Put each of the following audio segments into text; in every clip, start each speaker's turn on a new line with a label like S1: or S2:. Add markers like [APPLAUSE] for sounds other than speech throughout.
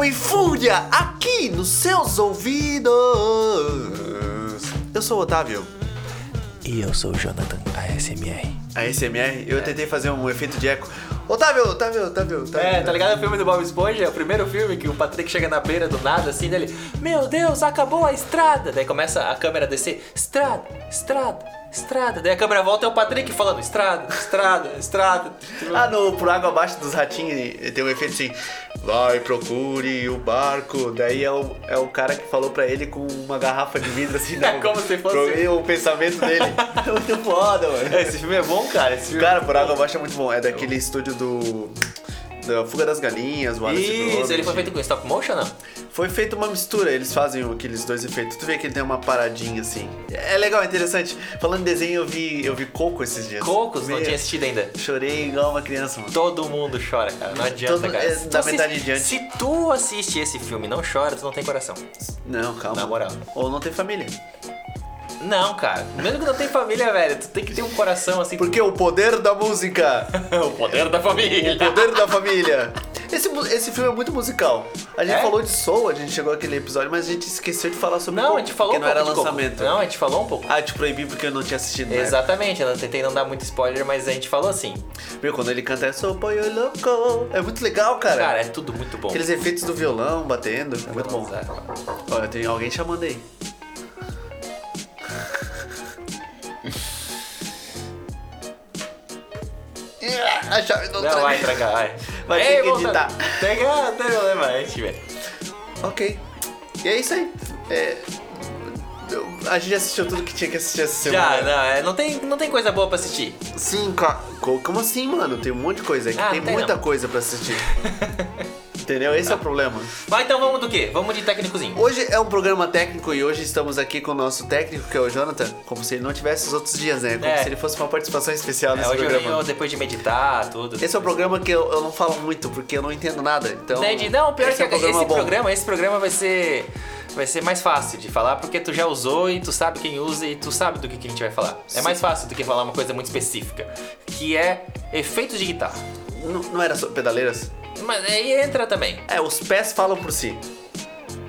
S1: Tertúlia aqui nos seus ouvidos. Eu sou o Otávio.
S2: E eu sou o Jonathan ASMR.
S1: A SMR,
S2: É.
S1: eu tentei fazer um efeito de eco. Otávio, Otávio, Otávio, Otávio.
S2: É, tá ligado o filme do Bob Esponja? É O primeiro filme que o Patrick chega na beira do nada, assim, dele. Meu Deus, acabou a estrada! Daí começa a câmera a descer. Estrada, estrada, estrada. Daí a câmera volta e é o Patrick falando estrada, estrada, estrada. [LAUGHS]
S1: Ah, no Por Água Abaixo dos Ratinhos tem um efeito assim. Vai, procure o barco. Daí é o, é o cara que falou pra ele com uma garrafa de vidro
S2: [LAUGHS]
S1: assim.
S2: É
S1: não,
S2: como se fosse-
S1: Pro, o pensamento
S2: [LAUGHS]
S1: dele. É Muito foda, mano.
S2: Esse filme é bom, cara. Esse filme
S1: [LAUGHS] Cara, Por Água Abaixo é muito bom. É daquele estúdio do... Da Fuga das Galinhas, o Wallace e
S2: Isso,
S1: Gromit.
S2: ele foi feito com stop motion, não?
S1: Foi feita uma mistura, eles fazem aqueles dois efeitos. Tu vê que ele tem uma paradinha assim. É legal, é interessante. Falando em desenho, eu vi, eu vi Coco esses dias.
S2: Cocos, não
S1: Meu,
S2: tinha assistido ainda.
S1: Chorei igual uma criança, mano.
S2: Todo mundo chora, cara. Não adianta,
S1: Todo-
S2: cara.
S1: é,
S2: Se tu
S1: da metade em diante.
S2: Se tu assiste esse filme e não chora, tu não tem coração.
S1: Não, calma.
S2: Na moral.
S1: Ou não tem família.
S2: Não, cara. Mesmo que não tenha família, velho, tu tem que ter um coração assim.
S1: Porque o poder da música.
S2: [LAUGHS] o poder da família.
S1: o poder da família. Esse, mu- esse filme é muito musical. A gente
S2: É?
S1: falou de Soul, a gente chegou àquele episódio, mas a gente esqueceu de falar sobre
S2: Não,
S1: Coco,
S2: a gente falou
S1: porque
S2: um
S1: não era
S2: pouco de Coco.
S1: lançamento.
S2: Não, a gente falou um pouco.
S1: Ah, eu te proibi porque eu não tinha assistido. né?
S2: Exatamente, eu tentei não dar muito spoiler, mas a gente falou assim.
S1: Meu, quando ele canta é Sou Boy Louco. É muito legal, cara.
S2: Cara, é tudo muito bom.
S1: Aqueles efeitos do violão batendo. É muito bom.
S2: Exato.
S1: Olha, tem alguém chamando aí. [LAUGHS] Ah, A chave não,
S2: Não, vai
S1: treme.
S2: trancar, vai.
S1: Vai ter que
S2: voltando.
S1: editar.
S2: Pega, não tem problema, a gente vê.
S1: Ok. E é isso aí. É, eu- A gente assistiu tudo que tinha que assistir essa
S2: Já,
S1: semana.
S2: não, é, não, tem, não tem coisa boa pra assistir.
S1: Sim, ca- co- como assim, mano? Tem um monte de coisa aqui.
S2: Ah,
S1: tem
S2: tem
S1: muita
S2: não.
S1: coisa pra
S2: [LAUGHS]
S1: assistir. Entendeu? Esse é o problema.
S2: Mas então vamos do quê? Vamos de técnicozinho.
S1: Hoje é um programa técnico e hoje estamos aqui com o nosso técnico, que é o Jonathan, como se ele não tivesse os outros dias, né? Como
S2: É.
S1: se ele fosse uma participação especial
S2: É,
S1: nesse
S2: hoje eu
S1: programa.
S2: venho depois de meditar, tudo.
S1: Esse é o programa que eu, eu não falo muito, porque eu não entendo nada. Então,
S2: Entendi. Né, Não, pior
S1: esse
S2: que
S1: é um programa
S2: esse
S1: bom.
S2: programa, esse programa vai ser vai ser mais fácil de falar porque tu já usou e tu sabe quem usa e tu sabe do que, que a gente vai falar. É mais fácil do que falar uma coisa muito específica, que é efeitos de guitarra.
S1: Não, não era sobre pedaleiras?
S2: Mas aí entra também. [LAUGHS]
S1: É, os pés falam por si.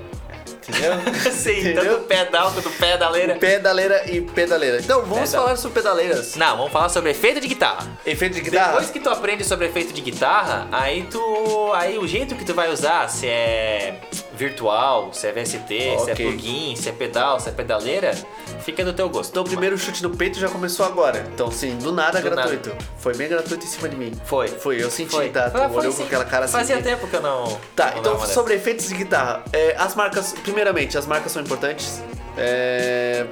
S2: [LAUGHS]
S1: Entendeu?
S2: Sim,
S1: Entendeu?
S2: tanto pedal quanto pedaleira.
S1: Pedaleira e pedaleira. Então, vamos
S2: Pedal.
S1: falar sobre pedaleiras.
S2: Não, vamos falar sobre efeito de guitarra.
S1: Efeito de guitarra?
S2: Depois que tu aprende sobre efeito de guitarra, aí tu. Aí o jeito que tu vai usar, se é virtual, se é VST, se é
S1: Ok.
S2: plugin, se é pedal, se é pedaleira, fica do teu gosto.
S1: Então, o primeiro chute no peito já começou agora. Então, sim, do nada
S2: Do
S1: gratuito. Foi bem gratuito em cima de mim.
S2: Foi.
S1: Foi, eu senti,
S2: Foi.
S1: tá? Tu
S2: Ah, foi
S1: olhou
S2: sim.
S1: com aquela cara assim.
S2: Fazia
S1: de-
S2: tempo que eu não.
S1: Tá,
S2: não
S1: então
S2: dava
S1: sobre efeitos de guitarra. É, as marcas, primeiramente, as marcas são importantes. É,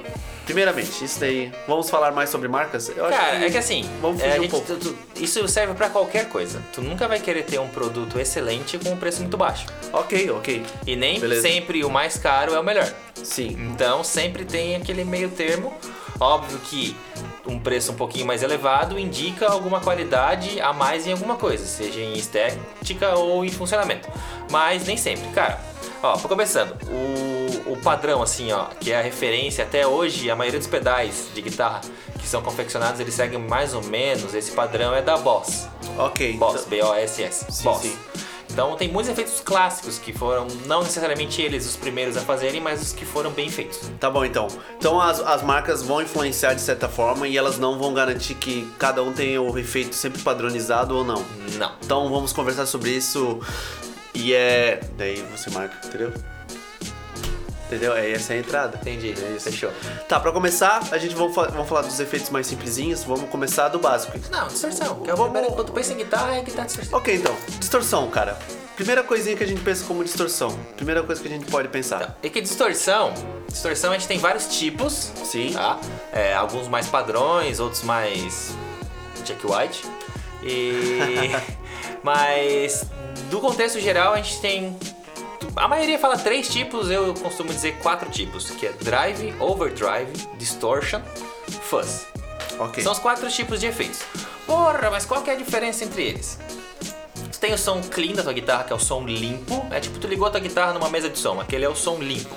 S1: primeiramente, isso daí. Vamos falar mais sobre marcas? Eu
S2: dessa.
S1: acho
S2: Cara, é que assim,
S1: Vamos
S2: é,
S1: fugir
S2: a
S1: um
S2: gente-
S1: pouco.
S2: tu- tu- isso serve pra qualquer coisa. Tu nunca vai querer ter um produto excelente com um preço muito baixo.
S1: Ok, ok.
S2: E nem
S1: Beleza.
S2: sempre o mais caro é o melhor.
S1: Sim.
S2: Então sempre tem aquele meio termo. Óbvio que um preço um pouquinho mais elevado indica alguma qualidade a mais em alguma coisa, seja em estética ou em funcionamento. Mas nem sempre, cara. Ó, tô começando. O, o padrão, assim, ó, que é a referência até hoje, a maioria dos pedais de guitarra que são confeccionados, eles seguem mais ou menos esse padrão é da Boss.
S1: Ok. Então,
S2: Boss, B-O-S-S.
S1: Sim,
S2: Boss.
S1: sim.
S2: Então tem muitos efeitos clássicos que foram, não necessariamente eles os primeiros a fazerem, mas os que foram bem feitos.
S1: Tá bom, então. Então as, as marcas vão influenciar de certa forma e elas não vão garantir que cada um tenha o efeito sempre padronizado ou não.
S2: Não.
S1: Então vamos conversar sobre isso e é... Daí você marca, entendeu? Entendeu? É essa é a entrada.
S2: Entendi. Fechou.
S1: Tá, pra começar, a gente vamos, fa- vamos falar dos efeitos mais simplesinhos, vamos começar do básico.
S2: Não, distorção. Que é o
S1: Vamos-
S2: primeiro, quando tu pensa em guitarra, é guitarra distorção.
S1: Ok, então, distorção, cara. Primeira coisinha que a gente pensa como distorção. Primeira coisa que a gente pode pensar.
S2: É que distorção, distorção a gente tem vários tipos.
S1: Sim.
S2: Tá? É, alguns mais padrões, outros mais Jack White.
S1: [LAUGHS]
S2: E mas do contexto geral a gente tem a maioria fala três tipos, eu costumo dizer quatro tipos, que é drive, overdrive, distortion, fuzz.
S1: Ok.
S2: São os quatro tipos de efeitos. Porra, mas qual que é a diferença entre eles? Tu tem o som clean da tua guitarra, que é o som limpo. É tipo, tu ligou a tua guitarra numa mesa de som. Aquele é o som limpo.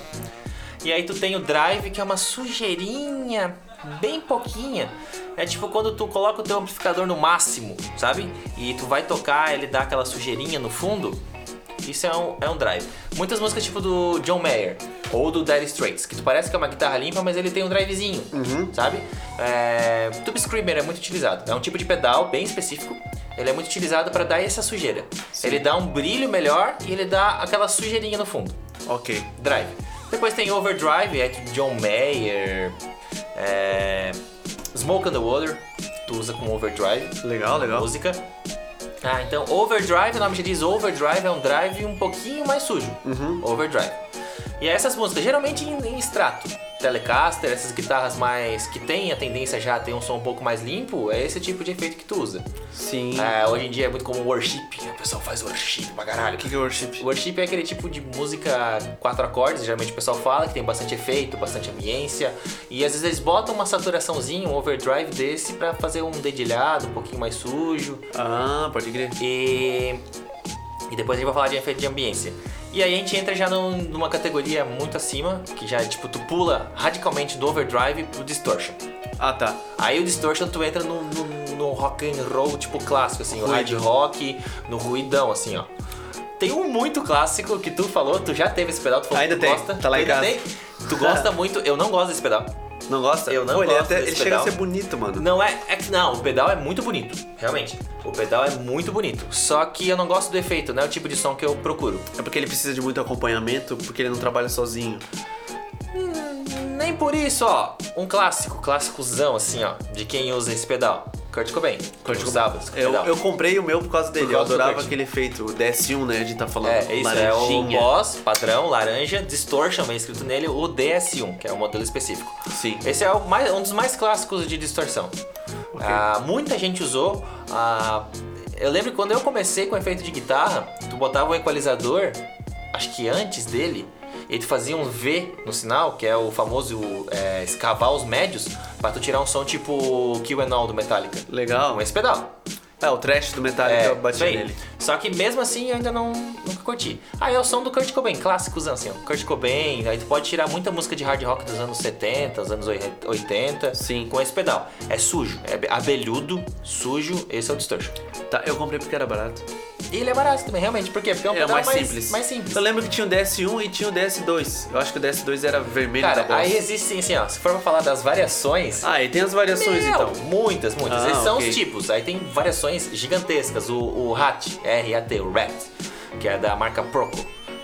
S2: E aí tu tem o drive, que é uma sujeirinha, bem pouquinha. É tipo quando tu coloca o teu amplificador no máximo, sabe? E tu vai tocar, ele dá aquela sujeirinha no fundo. Isso é um, é um drive. Muitas músicas tipo do John Mayer ou do Dire Straits, que tu parece que é uma guitarra limpa, mas ele tem um drivezinho, sabe? É, Tube Screamer é muito utilizado. É um tipo de pedal bem específico. Ele é muito utilizado para dar essa sujeira. Ele dá um brilho melhor e ele dá aquela sujeirinha no fundo.
S1: Ok.
S2: Drive. Depois tem Overdrive, é de John Mayer. É... Smoke on the Water, tu usa com Overdrive
S1: Legal, legal.
S2: música. Ah, então Overdrive, o nome já diz Overdrive, é um drive um pouquinho mais sujo.
S1: Uhum.
S2: Overdrive. E essas músicas, geralmente em, em extrato. Telecaster, essas guitarras mais que tem a tendência já a ter um som um pouco mais limpo, é esse tipo de efeito que tu usa.
S1: Sim.
S2: Ah, hoje em dia é muito comum worship, a pessoa faz worship pra caralho.
S1: O que, que é worship?
S2: Worship é aquele tipo de música quatro acordes, geralmente o pessoal fala, que tem bastante efeito, bastante ambiência. E às vezes eles botam uma saturaçãozinha, um overdrive desse, pra fazer um dedilhado um pouquinho mais sujo.
S1: Ah, pode crer.
S2: E, e depois a gente vai falar de efeito de ambiência. E aí a gente entra já num- numa categoria muito acima, que já é tipo, tu pula radicalmente do overdrive pro distortion.
S1: Ah, tá.
S2: Aí o distortion tu entra no, no, no rock and roll tipo clássico, assim, o
S1: Ruído.
S2: hard rock, no ruidão, assim, ó. Tem um muito clássico que tu falou, tu já teve esse pedal, tu falou
S1: Ainda
S2: que tu
S1: tem,
S2: gosta.
S1: tá lá
S2: tu
S1: em
S2: ainda
S1: casa.
S2: tem?
S1: [LAUGHS]
S2: Tu gosta muito, eu não gosto desse pedal.
S1: Não gosta?
S2: Eu não
S1: Pô, ele,
S2: gosto
S1: até,
S2: desse
S1: ele chega a
S2: pedal.
S1: ser bonito, mano.
S2: Não é, é que não, o pedal é muito bonito, realmente. O pedal é muito bonito. Só que eu não gosto do efeito, não é o tipo de som que eu procuro.
S1: É porque ele precisa de muito acompanhamento, porque ele não trabalha sozinho.
S2: Nem por isso, ó. Um clássico, clássicozão, assim, ó. De quem usa esse pedal. Kurt Cobain. Kurt Cobain.
S1: Eu,
S2: pedal.
S1: eu comprei o meu por causa dele.
S2: Por
S1: eu
S2: causa do
S1: adorava
S2: Kurt.
S1: aquele efeito, o DS1, né? De tá falando
S2: É, é isso, é o
S1: laranjinha.
S2: Boss padrão, laranja, distortion, vem escrito nele o DS1, que é o modelo específico.
S1: Sim.
S2: Esse é o mais- um dos mais clássicos de distorção. Ah, muita gente usou. ah, eu lembro que quando eu comecei com efeito de guitarra, tu botava o equalizador, acho que antes dele, e tu fazia um V no sinal, que é o famoso é, escavar os médios, pra tu tirar um som tipo Kill and All do Metallica.
S1: Legal.
S2: Com esse pedal.
S1: É, o trash do Metallica, eu bati
S2: isso aí.
S1: nele.
S2: Só que mesmo assim eu ainda não nunca curti. Aí é o som do Kurt Cobain, clássicos assim, ó. Kurt Cobain, aí tu pode tirar muita música de hard rock dos anos 70, dos anos 80,
S1: Sim.
S2: com esse pedal. É sujo, é abelhudo, sujo, esse é o distortion.
S1: Tá, eu comprei porque era barato.
S2: E ele é barato também, realmente, por quê? Porque é um
S1: Era
S2: pedal
S1: mais, simples.
S2: mais simples.
S1: Eu lembro que tinha um o DS1 e tinha o DS2. Eu acho que o DS2 era vermelho da
S2: Cara,
S1: bosta.
S2: aí existem assim, ó, se for pra falar das variações,
S1: Ah, e tem as variações
S2: Meu,
S1: então.
S2: Muitas, muitas.
S1: Ah,
S2: Esses são
S1: ok.
S2: os tipos. Aí tem variações gigantescas. O, o RAT, R-A-T, o RAT, que é da marca Proco.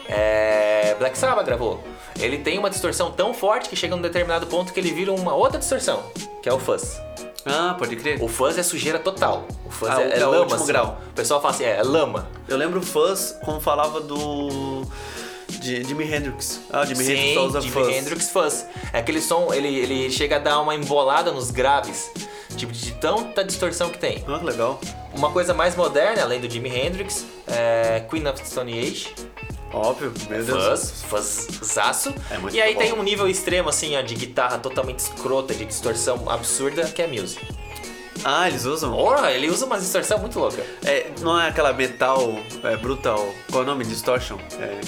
S2: É, Black Sabbath gravou. Ele tem uma distorção tão forte que chega num determinado ponto que ele vira uma outra distorção, que é o fuzz.
S1: Ah, pode crer.
S2: O fuzz é sujeira total. O fuzz
S1: Ah,
S2: é,
S1: o-
S2: é
S1: é o
S2: lama.
S1: último
S2: assim.
S1: grau.
S2: O pessoal fala assim, é, é lama.
S1: Eu lembro o fuzz como falava do. De Jimi Hendrix. Ah, o Jimi Hendrix só usa
S2: Jimi
S1: fuzz.
S2: Hendrix fuzz. É aquele som, ele, ele chega a dar uma embolada nos graves. Tipo, de tanta distorção que tem.
S1: Ah, que legal.
S2: Uma coisa mais moderna, além do Jimi Hendrix, é Queen of the Stone Age,
S1: Óbvio, meu Deus.
S2: fuzz, fuzzaço.
S1: É muito
S2: e aí
S1: bom.
S2: tem um nível extremo, assim, ó, de guitarra totalmente escrota, de distorção absurda, que é Muse.
S1: Ah, eles usam?
S2: Ora, ele usa uma distorção muito louca.
S1: É, não é aquela metal é, brutal. Qual é o nome? Distortion. É.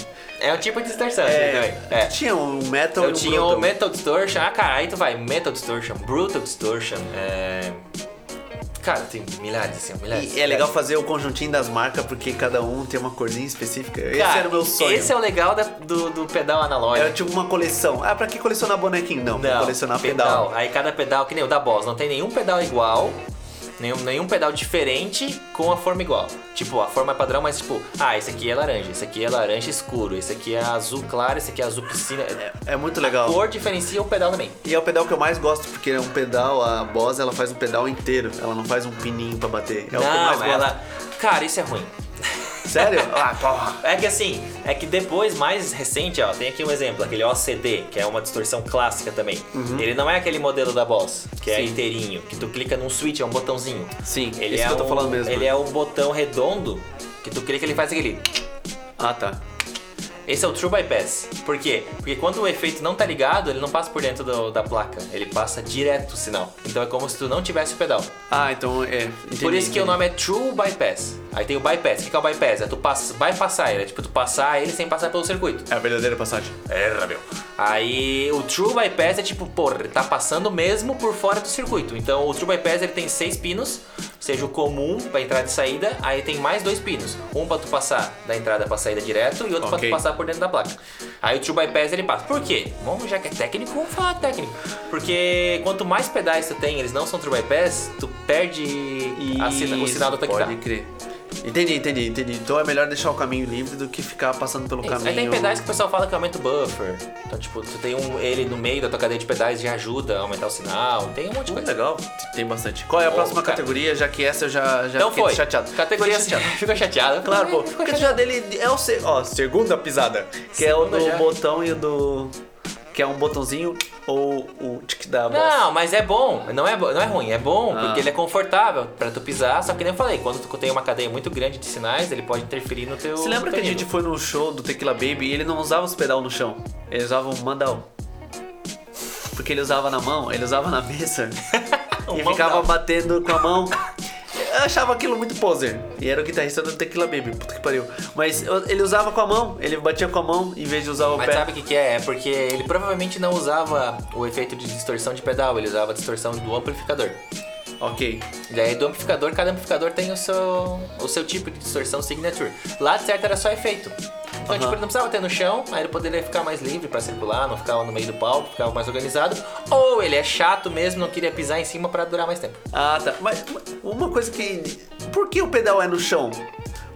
S2: É um tipo de distorção,
S1: É,
S2: assim, também. É.
S1: Tinha um metal
S2: Eu
S1: e um
S2: tinha
S1: brutal.
S2: o Metal Distortion, ah, cara, aí tu vai, Metal Distortion, Brutal Distortion, é... Cara, tem milhares, assim, milhares.
S1: E é legal fazer o conjuntinho das marcas, porque cada um tem uma corzinha específica. esse
S2: Cara,
S1: era o meu sonho.
S2: Esse é o legal da- do, do pedal analógico.
S1: Era tipo uma coleção. Ah, pra que colecionar bonequinho? Não,
S2: Não,
S1: colecionar pedal.
S2: Aí cada pedal, que nem o da Boss, não tem nenhum pedal igual, nenhum, nenhum pedal diferente com a forma igual. Tipo, a forma é padrão, mas tipo, ah, esse aqui é laranja, esse aqui é laranja escuro, esse aqui é azul claro, esse aqui é azul piscina.
S1: É muito legal.
S2: A cor diferencia o pedal também.
S1: E é o pedal que eu mais gosto, porque é um pedal, a Boss, ela faz um pedal inteiro. Ela não faz um pininho pra bater. É o que eu mais
S2: não,
S1: gosto.
S2: ela. Cara, isso é ruim. [LAUGHS]
S1: Sério? ah, porra.
S2: É que assim, é que depois, mais recente, ó, tem aqui um exemplo, aquele OCD, que é uma distorção clássica também. Ele não é aquele modelo da Boss, que é
S1: Uhum. Sim.
S2: inteirinho, que tu clica num switch, é um botãozinho.
S1: Sim,
S2: Ele
S1: esse
S2: é
S1: que eu tô
S2: um-
S1: falando mesmo.
S2: Ele é o botão redondo que tu clica ele faz aquele.
S1: Ah, tá.
S2: Esse é o True Bypass. Por quê? Porque quando o efeito não tá ligado, ele não passa por dentro do- da placa. Ele passa direto o sinal. Então é como se tu não tivesse o pedal.
S1: Ah, então é. entendi,
S2: por isso que
S1: entendi.
S2: o nome é True Bypass. Aí tem o bypass. O que que é o bypass? É tu passa, bypassar ele. É tipo tu passar ele sem passar pelo circuito.
S1: É a verdadeira passagem.
S2: É, meu. Aí o True Bypass é tipo, porra, ele tá passando mesmo por fora do circuito. Então o True Bypass ele tem seis pinos, seja o comum para entrada e saída, aí tem mais dois pinos. Um para tu passar da entrada para saída direto e outro para
S1: Ok.
S2: tu passar por dentro da placa. Aí o two bypass ele passa. Por quê? Bom, já que é técnico, vamos falar técnico. Porque quanto mais pedais tu tem, eles não são two bypass, tu perde a sina- o
S1: Isso,
S2: sinal do
S1: Pode
S2: tactile.
S1: crer. Entendi, entendi, entendi. Então é melhor deixar o caminho livre do que ficar passando pelo
S2: É Isso.
S1: caminho.
S2: Aí tem pedais que o pessoal fala que aumenta o buffer. Então, tipo, tu tem um, ele no meio da tua cadeia de pedais já ajuda a aumentar o sinal. Tem um monte de
S1: Hum,
S2: coisa.
S1: legal. Tem bastante. Qual é a
S2: Ô,
S1: próxima
S2: cara.
S1: categoria? Já que essa eu já, já
S2: Então
S1: fiquei
S2: foi.
S1: chateado.
S2: Categoria assim.
S1: Fiquei chateado. É,
S2: [LAUGHS] Fica chateado.
S1: Claro, pô.
S2: Fica
S1: Porque
S2: chateado.
S1: já dele é o se... ó, segunda pisada. Que é o
S2: Segunda
S1: do
S2: já.
S1: botão e o do. Que é um botãozinho ou o tic da bola.
S2: Não, mas é bom. Não é, bo- não é ruim, é bom
S1: Ah.
S2: porque ele é confortável pra tu pisar. Só que nem eu falei, quando tu tem uma cadeia muito grande de sinais, ele pode interferir no teu.
S1: Você lembra que
S2: no teu
S1: a gente
S2: nível.
S1: foi num show do Tequila Baby e ele não usava os pedal no chão? Ele usava um mandal. Porque ele usava na mão, ele usava na
S2: [LAUGHS]
S1: mesa.
S2: Um
S1: e ficava
S2: mandal.
S1: batendo com a mão. Eu achava aquilo muito poser. E era o guitarrista do Tequila Baby, puta que pariu. Mas eu- ele usava com a mão, ele batia com a mão em vez de usar o
S2: Mas
S1: pé.
S2: sabe o que, que é? É porque ele provavelmente não usava o efeito de distorção de pedal, ele usava a distorção do amplificador.
S1: Ok.
S2: Daí é do amplificador, cada amplificador tem o seu, o seu tipo de distorção signature. Lá de certo era só efeito. Então,
S1: Aham.
S2: tipo, ele não precisava ter no chão, aí ele poderia ficar mais livre pra circular, não ficava no meio do palco, ficava mais organizado. Ou ele é chato mesmo, não queria pisar em cima pra durar mais tempo.
S1: Ah, tá. Mas uma coisa que. Por que o pedal é no chão?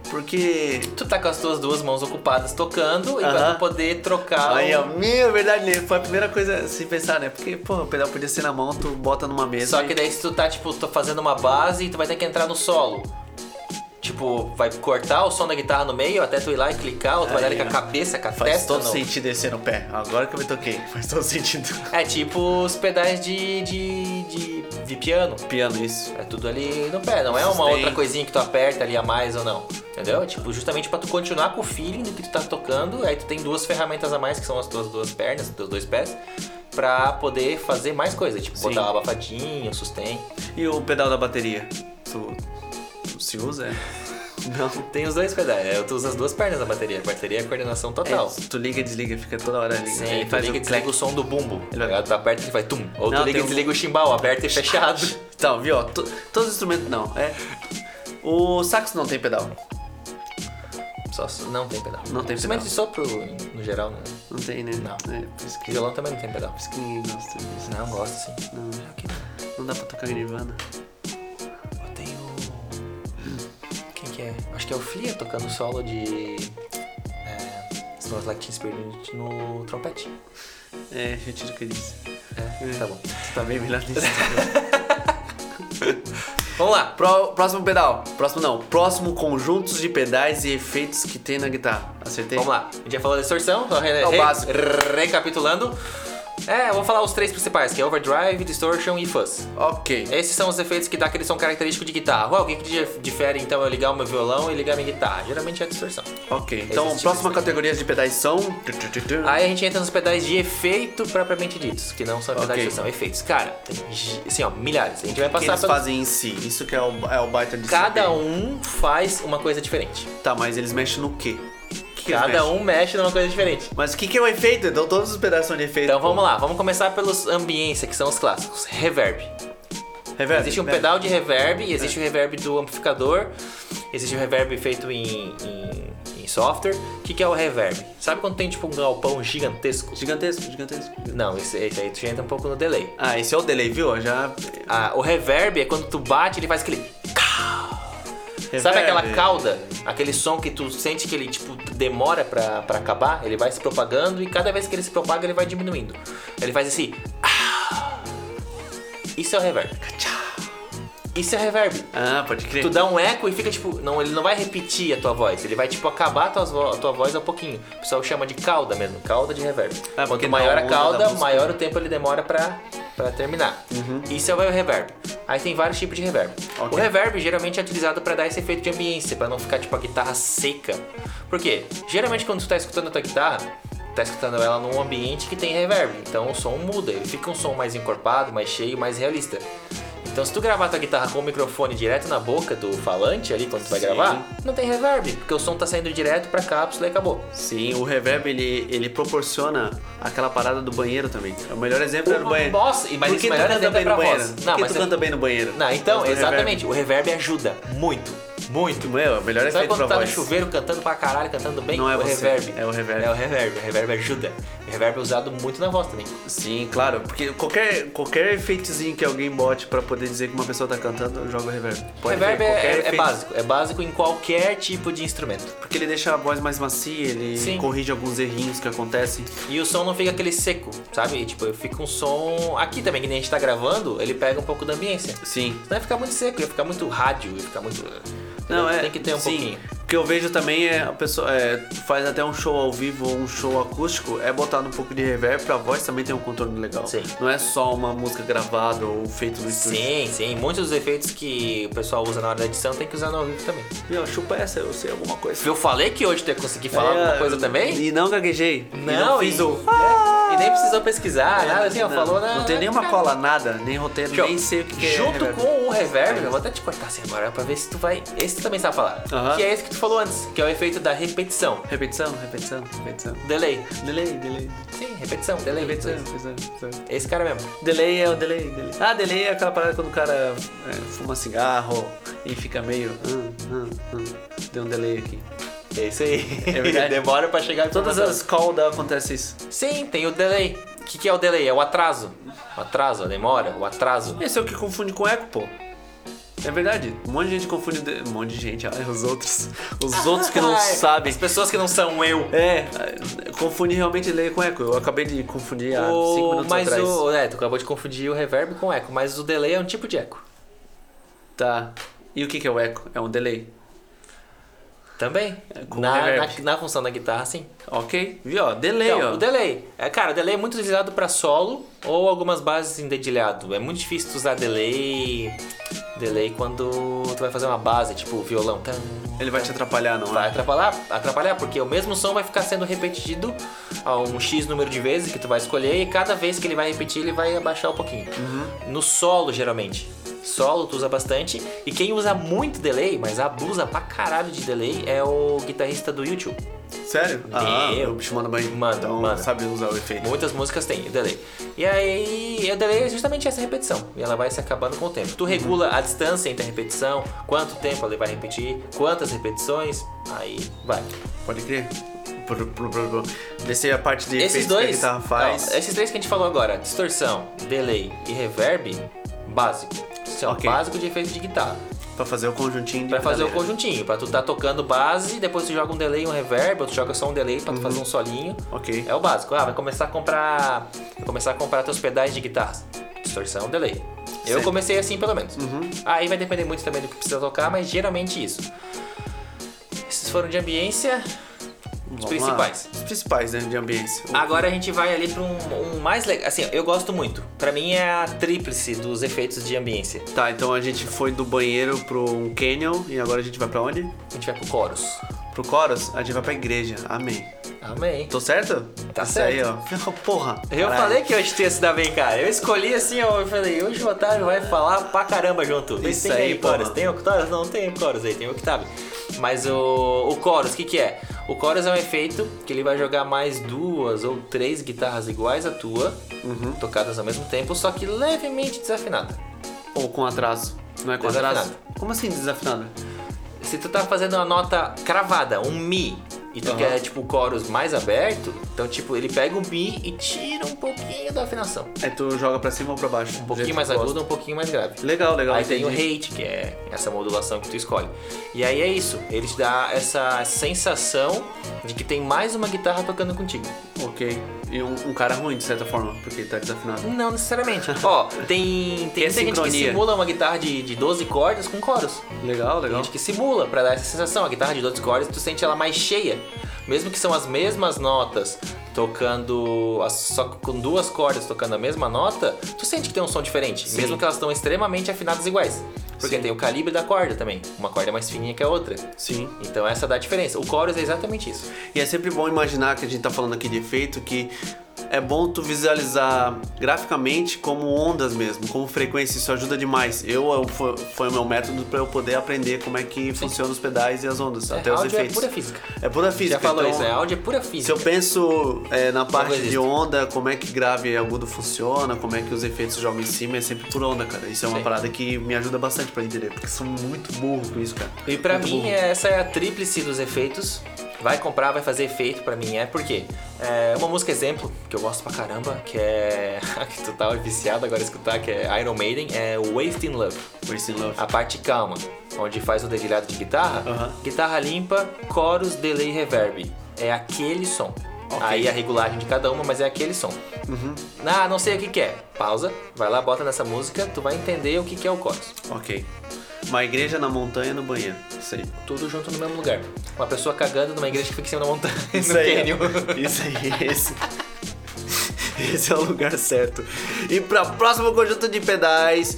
S1: Porque.
S2: Tu tá com as tuas duas mãos ocupadas tocando e pra
S1: Aham.
S2: tu poder trocar.
S1: Aí, ó,
S2: o...
S1: minha verdade, né? foi a primeira coisa a se pensar, né? Porque, pô, o pedal podia ser na mão, tu bota numa mesa.
S2: Só que daí se tu tá, tipo, tô fazendo uma base, tu vai ter que entrar no solo. Tipo, vai cortar o som da guitarra no meio, até tu ir lá e clicar, ou tu vai dar ele com a
S1: Aí, ó.
S2: cabeça, com a
S1: Faz
S2: testa.
S1: todo
S2: no-
S1: sentido descer no pé. Agora que eu me
S2: [LAUGHS]
S1: toquei, faz todo sentido.
S2: É tipo os pedais de, de, de, de piano.
S1: Piano, isso.
S2: É tudo ali no pé, não é uma
S1: Sustain.
S2: outra coisinha que tu aperta ali a mais ou não. Entendeu? Tipo, justamente pra tu continuar com o feeling do que tu tá tocando, aí tu tem duas ferramentas a mais, que são as tuas duas pernas, os teus dois pés, pra poder fazer mais coisa. Tipo,
S1: Sim.
S2: botar o abafadinho, sustain.
S1: E o pedal da bateria? Tu, tu se
S2: [LAUGHS]
S1: usa? é? Não.
S2: Tem os dois pedais, né? tu usa as duas pernas da bateria. A bateria é a coordenação total.
S1: É, tu liga e desliga, fica toda hora ali.
S2: Sim,
S1: É, Ele
S2: tu
S1: faz
S2: liga e
S1: o
S2: desliga
S1: clack.
S2: o som do bumbo. Tá
S1: vai-
S2: ligado? Tu aperta e ele vai tum. Ou
S1: Não,
S2: tu liga
S1: tem
S2: e
S1: um-
S2: desliga o chimbal, aberto e
S1: [LAUGHS]
S2: é fechado.
S1: Então, viu? ó, to- Todos os instrumentos não. É. O sax não tem pedal.
S2: Só so- não tem pedal.
S1: Não tem
S2: Instrumento
S1: pedal.
S2: de sopro, no geral, né?
S1: Não tem, né?
S2: Não.
S1: É, por isso que, por
S2: Violão também não tem pedal.
S1: isso que ninguém gosta disso.
S2: Não, gosto sim.
S1: Não, é não dá pra tocar Nirvana.
S2: Eu tenho. Quem que é? Acho que é o Flia tocando solo de. É, Smells Like Teen Spirit no trompete.
S1: É, retiro o que eu disse.
S2: É, tá bom.
S1: Tu tá bem melhor nisso. [LAUGHS]
S2: Vamos lá.
S1: Pró- próximo pedal. Próximo não. Próximo conjuntos de pedais e efeitos que tem na guitarra. Acertei?
S2: Vamos lá. A gente já falou da distorção, então re-
S1: É o
S2: re-
S1: básico.
S2: recapitulando. É, eu vou falar os três principais, que é overdrive, distortion e fuzz.
S1: Ok.
S2: Esses são os efeitos que dá aquele som característico de guitarra. Ué, o que, que dif- difere então eu ligar o meu violão e ligar a minha guitarra? Geralmente é a distorção.
S1: Ok. Então,
S2: Esses
S1: próxima
S2: tipos tipo de-
S1: categoria de pedais são.
S2: Aí a gente entra nos pedais de efeito propriamente ditos, que não são pedais
S1: Ok.
S2: de distorção, efeitos. Cara, tem gi- assim, ó, milhares. A gente vai
S1: O que
S2: passar
S1: eles
S2: pelos...
S1: fazem em si? Isso que é o, é o baita de
S2: Cada
S1: saber.
S2: um faz uma coisa diferente.
S1: Tá, mas eles mexem no quê? O que que eles
S2: Cada
S1: mexem?
S2: um mexe numa coisa diferente.
S1: Mas o que, que é o efeito? Então todos os pedais são de efeito.
S2: Então vamos lá, vamos começar pelos ambiência, que são os clássicos. Reverb.
S1: Reverb,
S2: Existe um
S1: reverb.
S2: pedal de reverb, existe o reverb do amplificador, existe o reverb feito em, em- em software. O que, que é o reverb? Sabe quando tem tipo um galpão gigantesco?
S1: Gigantesco, gigantesco.
S2: Não, esse, esse aí tu já entra um pouco no delay.
S1: Ah, esse é o delay, viu? Eu Já.
S2: Ah, o reverb é quando tu bate, ele faz aquele. Sabe aquela
S1: Reverb.
S2: cauda? Aquele som que tu sente que ele, tipo, demora pra, pra acabar? Ele vai se propagando e cada vez que ele se propaga, ele vai diminuindo. Ele faz esse... Isso é o reverb. Isso é reverb.
S1: Ah, pode crer.
S2: Tu dá um eco e fica, tipo... Não, ele não vai repetir a tua voz. Ele vai, tipo, acabar a tua, a tua voz a pouquinho. O pessoal chama de cauda mesmo. Cauda de reverb.
S1: Ah, porque
S2: Quanto
S1: dá
S2: maior
S1: a
S2: a
S1: onda da
S2: cauda,
S1: música.
S2: maior o tempo ele demora pra, pra terminar. Isso é o reverb. Aí tem vários tipos de reverb.
S1: Uhum. Ok.
S2: O reverb geralmente é utilizado pra dar esse efeito de ambiência, pra não ficar tipo a guitarra seca. Por quê? Geralmente quando tu tá escutando a tua guitarra, tá escutando ela num ambiente que tem reverb. Então o som muda, ele fica um som mais encorpado, mais cheio, mais realista. Então, se tu gravar tua guitarra com o microfone direto na boca do falante ali quando tu vai
S1: Sim.
S2: gravar, não tem reverb, porque o som tá saindo direto pra cápsula e acabou.
S1: Sim, o reverb ele, ele proporciona aquela parada do banheiro também. É O melhor exemplo era o banheiro.
S2: Nossa, e- mas
S1: Por
S2: isso
S1: que tu
S2: melhor
S1: canta
S2: exemplo é
S1: bem no
S2: pra
S1: banheiro?
S2: voz.
S1: Por
S2: Não,
S1: que
S2: mas
S1: tu
S2: é-
S1: canta bem no banheiro?
S2: Não, então,
S1: Por causa do
S2: exatamente, o reverb ajuda muito,
S1: reverb. Meu,
S2: muito.
S1: é o melhor
S2: Sabe
S1: efeito
S2: quando
S1: pra
S2: tu tá no
S1: voz.
S2: chuveiro cantando pra caralho, cantando bem?
S1: Não é
S2: o
S1: você,
S2: reverb.
S1: é o reverb.
S2: É o reverb, o reverb ajuda. O reverb é usado muito na voz também.
S1: Sim, claro, porque qualquer, qualquer efeitozinho que alguém bote pra poder dizer que uma pessoa tá cantando, joga o reverb.
S2: O
S1: Pode
S2: reverb
S1: ver,
S2: é,
S1: qualquer
S2: é
S1: efeito.
S2: básico, é básico em qualquer tipo de instrumento.
S1: Porque ele deixa a voz mais macia, ele
S2: Sim.
S1: corrige alguns errinhos que acontecem.
S2: E o som não fica aquele seco, sabe? Tipo, fica um som. Aqui também, que nem a gente tá gravando, ele pega um pouco da ambiência.
S1: Sim.
S2: Senão ia ficar muito seco, ia ficar muito rádio, ia ficar muito.
S1: Não, é,
S2: Tem que ter um
S1: sim.
S2: pouquinho.
S1: O que eu vejo também é a pessoa é, faz até um show ao vivo ou um show acústico, é botar um pouco de reverb pra voz também ter um contorno legal.
S2: Sim.
S1: Não é só uma música gravada ou feito no estúdio.
S2: Sim, sim. Muitos dos efeitos que o pessoal usa na hora da edição tem que usar no ao vivo também.
S1: Meu, chupa essa, eu sei alguma coisa.
S2: Eu falei que hoje tu ia conseguir falar
S1: É,
S2: alguma coisa também?
S1: E não gaguejei. E não fiz
S2: e,
S1: o. É.
S2: é, e nem precisou pesquisar, nada assim, ó,
S1: Não,
S2: falou na.
S1: Não tem
S2: na
S1: nenhuma
S2: cara.
S1: cola, nada, nem roteiro,
S2: Show.
S1: nem sei o que, que é.
S2: Junto
S1: reverb. É.
S2: com o reverb, eu vou até te cortar assim agora pra ver se tu vai. Esse tu também sabe falar.
S1: Aham.
S2: Que é esse que tu falou antes, que é o efeito da repetição.
S1: Repetição, repetição, repetição.
S2: Delay.
S1: Delay, delay.
S2: Sim, repetição, delay. é.
S1: Repetição,
S2: Isso.
S1: repetição, repetição.
S2: Esse cara mesmo.
S1: Delay é o delay, delay. Ah, delay é aquela parada quando o cara é, fuma cigarro e fica meio. Hum, hum, hum. Deu um delay aqui.
S2: É isso aí.
S1: [LAUGHS] É verdade.
S2: Demora pra chegar em
S1: Todas as call da acontece isso.
S2: Sim, tem o delay. O que, que é o delay? É o atraso. O atraso, a demora, o atraso.
S1: Esse é o que confunde com eco, pô. É verdade. Um monte de gente confunde. de- Um monte de gente, ah, [LAUGHS] os outros. Os outros que não
S2: [LAUGHS] Ai,
S1: sabem.
S2: As pessoas que não são eu.
S1: É, confunde realmente delay com eco. Eu acabei de confundir há 5 minutos
S2: mas
S1: atrás.
S2: o. É, tu acabou de confundir o reverb com o eco, mas o delay é um tipo de eco.
S1: Tá. E o que, que é o eco? É um delay.
S2: Também.
S1: com
S2: na,
S1: reverb.
S2: na- na função da guitarra, sim.
S1: Ok? Viu? ó, Delay,
S2: Então,
S1: ó.
S2: o delay. É, cara, o delay é muito utilizado pra solo ou algumas bases em dedilhado. É muito difícil tu usar delay. Delay quando tu vai fazer uma base, tipo violão. Tam,
S1: Ele vai te atrapalhar, não
S2: Vai
S1: é?
S2: atrapalhar, atrapalhar, porque o mesmo som vai ficar sendo repetido a um X número de vezes que tu vai escolher e cada vez que ele vai repetir, ele vai abaixar um pouquinho.
S1: Uhum.
S2: No solo, geralmente. Solo tu usa bastante. E quem usa muito delay, mas abusa pra caralho de delay, é o guitarrista do YouTube.
S1: Sério? Ah,
S2: Meu.
S1: o bicho manda bem.
S2: Manda,
S1: então,
S2: manda.
S1: sabe usar o efeito.
S2: Muitas músicas têm delay. E aí, o delay é justamente essa repetição. E ela vai se acabando com o tempo. Tu regula a distância entre a repetição, quanto tempo ela vai repetir, quantas repetições, aí vai.
S1: Pode crer. Bru, bru, bru, bru. Descer a parte de
S2: Esses
S1: efeitos
S2: dois,
S1: que a guitarra faz.
S2: ó, esses três que a gente falou agora, distorção, delay e reverb, básico. Isso é
S1: Ok.
S2: o básico de efeito de guitarra.
S1: Pra fazer o conjuntinho de
S2: Pra fazer o
S1: guitarra.
S2: conjuntinho, pra tu tá tocando base, depois tu joga um delay, um reverb, ou tu joga só um delay pra tu fazer
S1: Uhum.
S2: um solinho.
S1: Ok.
S2: É o básico. Ah, vai começar a comprar, vai começar a comprar teus pedais de guitarra. Distorção, delay. Eu
S1: Sim. Uhum.
S2: comecei assim pelo menos. Aí vai depender muito também do que precisa tocar, mas geralmente isso. Esses foram de ambiência,
S1: Vamos
S2: os
S1: lá.
S2: principais.
S1: Os principais, né? De ambiência. O-
S2: Agora a gente vai ali pra um, um mais legal. Assim, eu gosto muito. Pra mim é a tríplice dos efeitos de ambiência.
S1: Tá, então a gente foi do banheiro pro um canyon e agora a gente vai pra onde?
S2: A gente vai pro chorus.
S1: Pro coros? A gente vai pra igreja. Amém.
S2: Amém.
S1: Tô certo?
S2: Tá
S1: Isso aí, ó. [LAUGHS] Porra.
S2: Eu
S1: caralho.
S2: falei que hoje tu ia se dar bem, cara. Eu escolhi assim, ó, eu falei, hoje o Otávio vai falar pra caramba junto. Vê
S1: Isso
S2: se tem
S1: aí,
S2: aí, Chorus.
S1: porra.
S2: Tem Octórios? Não tem Chorus aí, tem Octave. Mas o, o Chorus, o que que é? O Chorus é um efeito que ele vai jogar mais duas ou três guitarras iguais à tua,
S1: Uhum.
S2: tocadas ao mesmo tempo, só que levemente desafinada.
S1: Ou com atraso. Não é com atraso? Como assim desafinado?
S2: Se tu tá fazendo uma nota cravada, um Mi, e tu
S1: Aham.
S2: quer, tipo, o chorus mais aberto, então, tipo, ele pega o Mi e tira um pouquinho da afinação.
S1: É tu joga pra cima ou pra baixo?
S2: Um pouquinho mais agudo, um pouquinho mais grave.
S1: Legal, legal.
S2: Aí tem o
S1: entendi.
S2: rate, que é essa modulação que tu escolhe. E aí é isso, ele te dá essa sensação de que tem mais uma guitarra tocando contigo.
S1: Ok. E um, um cara ruim, de certa forma, porque tá desafinado.
S2: Não necessariamente. Ó, tem, tem
S1: é
S2: muita gente que
S1: sincronia.
S2: simula uma guitarra de, de 12 cordas com chorus.
S1: Legal,
S2: Tem
S1: legal.
S2: gente que simula pra dar essa sensação. A guitarra de 12 cordas, tu sente ela mais cheia. Mesmo que são as mesmas notas tocando, as- só com duas cordas tocando a mesma nota, tu sente que tem um som diferente.
S1: Sim.
S2: Mesmo que elas estão extremamente afinadas iguais. Porque
S1: Sim.
S2: tem o calibre da corda também. Uma corda é mais fininha que a outra.
S1: Sim.
S2: Então essa dá a diferença. O chorus é exatamente isso.
S1: E é sempre bom imaginar que a gente tá falando aqui de efeito que é bom tu visualizar graficamente como ondas mesmo, como frequência, isso ajuda demais. Eu, eu- foi, foi o meu método pra eu poder aprender como é que funciona os pedais e as ondas,
S2: É,
S1: até os
S2: áudio é
S1: efeitos.
S2: pura física.
S1: É pura física.
S2: Já falou
S1: então,
S2: isso, né? Áudio é pura
S1: Se
S2: física.
S1: eu penso é, na parte de
S2: existe.
S1: onda, como é que grave e agudo funciona, como é que os efeitos jogam em cima, é sempre por onda, cara. Isso é uma
S2: Sim.
S1: parada que me ajuda bastante pra entender, porque sou muito burro com isso, cara.
S2: E pra
S1: Muito
S2: mim,
S1: burro.
S2: essa é a tríplice dos efeitos. Vai comprar, vai fazer efeito pra mim. É porque é uma música exemplo, que eu gosto pra caramba, que é. [LAUGHS] que tu tava viciado agora a escutar, que é Iron Maiden, é Wasting Love.
S1: Mercy Love.
S2: A parte calma, onde faz o dedilhado de guitarra,
S1: Aham.
S2: guitarra limpa, coros, delay, reverb. É aquele som.
S1: Ok. Uhum.
S2: Aí a regulagem de cada uma, mas é aquele som. Ah, não sei o que, que é. Pausa, vai lá, bota nessa música, tu vai entender o que, que é o chorus.
S1: Ok. Uma igreja na montanha no banheiro. Isso aí.
S2: Tudo junto no mesmo lugar. Uma pessoa cagando numa igreja que fica em cima da montanha, [LAUGHS]
S1: Isso
S2: no
S1: aí.
S2: cânion.
S1: ó. Isso aí, esse. [LAUGHS] Esse é o lugar certo. E pra próximo conjunto de pedais,